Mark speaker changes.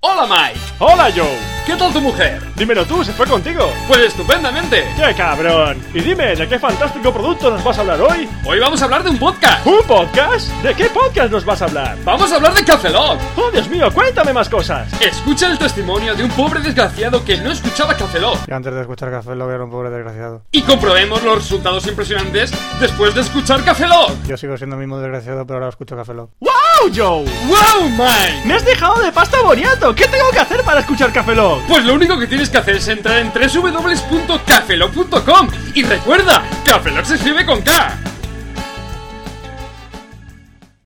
Speaker 1: Hola Mike,
Speaker 2: ¡Hola, Joe!
Speaker 1: ¿qué tal tu mujer?
Speaker 2: Dímelo tú, se fue contigo.
Speaker 1: Pues estupendamente.
Speaker 2: ¡Qué cabrón! Y dime, ¿de qué fantástico producto nos vas a hablar hoy?
Speaker 1: Hoy vamos a hablar de un podcast.
Speaker 2: ¿Un podcast? ¿De qué podcast nos vas a hablar?
Speaker 1: Vamos a hablar de Cafelog.
Speaker 2: ¡Oh, Dios mío, cuéntame más cosas!
Speaker 1: Escucha el testimonio de un pobre desgraciado que no escuchaba Cafelog.
Speaker 3: Yo antes de escuchar Café lo era un pobre desgraciado.
Speaker 1: Y comprobemos los resultados impresionantes después de escuchar Cafelog.
Speaker 3: Yo sigo siendo el mismo desgraciado, pero ahora escucho Café Lock.
Speaker 2: ¡Wow, Joe!
Speaker 1: ¡Wow, Mike!
Speaker 2: ¡Me has dejado de pasta boniato! ¿Qué tengo que hacer para escuchar Café Lock?
Speaker 1: Pues lo único que tienes que hacer es entrar en www.cafelog.com y recuerda, Cafelog se escribe con K.